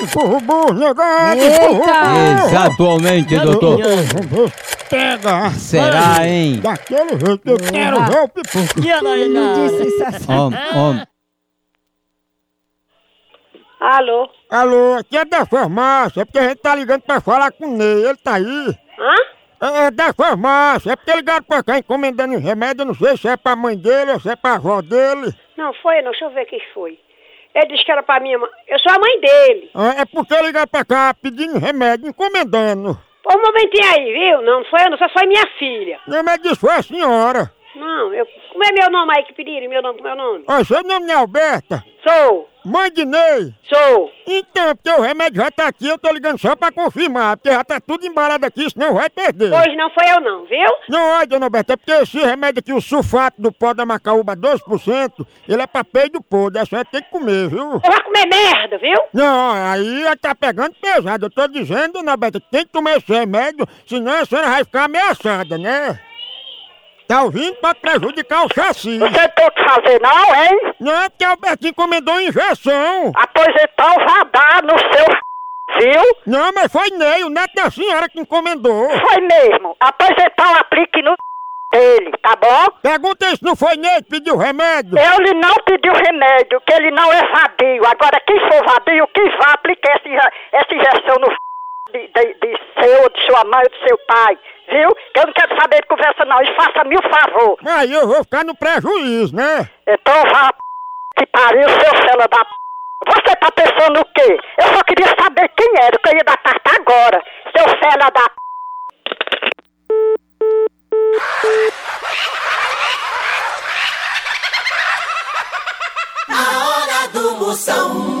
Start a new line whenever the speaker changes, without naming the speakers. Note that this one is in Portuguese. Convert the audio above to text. empurra o burro, negado,
Eita!
empurra
Exatamente, doutor.
o burro. Pega!
Será, hein?
Daquele jeito eu quero ver o pipoco.
Disse isso assim.
Homem, homem.
Alô?
Alô, aqui é da farmácia, é porque a gente tá ligando pra falar com o Ney, ele tá aí.
Hã?
É, é da farmácia, é porque ligaram pra cá encomendando um remédio, eu não sei se é pra mãe dele ou se é pra avó dele.
Não foi, não. Deixa eu ver quem foi. Ele disse que era pra minha mãe. Eu sou a mãe dele.
É, é porque ligaram pra cá pedindo remédio, encomendando.
Pô, um momentinho aí, viu? Não foi eu, não. Só foi minha filha.
Não, mas disse foi a senhora.
Não, eu... Como é meu nome aí que pediram? Meu nome, como é o nome?
Ó, seu nome não é Alberta?
Sou,
Mãe de Ney?
sou.
Então, porque o remédio já tá aqui, eu tô ligando só pra confirmar, porque já tá tudo embalado aqui, senão vai
Hum.
perder.
Pois não foi eu, não, viu?
Não, olha, dona Alberta, é porque esse remédio aqui, o sulfato do pó da macaúba 12%, ele é pra peido podre, a senhora tem que comer, viu?
Eu vou comer merda, viu?
Não, aí tá pegando pesado, eu tô dizendo, dona Alberta, que tem que tomar esse remédio, senão a senhora vai ficar ameaçada, né? Tá ouvindo? Pode prejudicar o chassi.
Você tem que fazer não, hein?
Não, é porque a Alberta encomendou injeção.
Aposentar o radar no seu viu?
Não, mas foi Ney, o neto da senhora que encomendou.
Foi mesmo. Aposentar o aplique no dele, tá bom?
Pergunta aí se não foi Ney que pediu remédio.
Eu lhe não pedi o remédio, que ele não é vadio. Agora, quem for vadio, que vá aplicar esse, inje- essa injeção no de, de, de seu, de sua mãe ou de seu pai, viu? Que eu não quero saber de conversa não, e faça-me o favor.
Aí eu vou ficar no prejuízo, né?
Então vá p... que pariu, seu fela da p... Você tá pensando o quê? Eu só queria saber quem era, que eu ia dar carta agora. Seu fela da p...
A hora do Moção.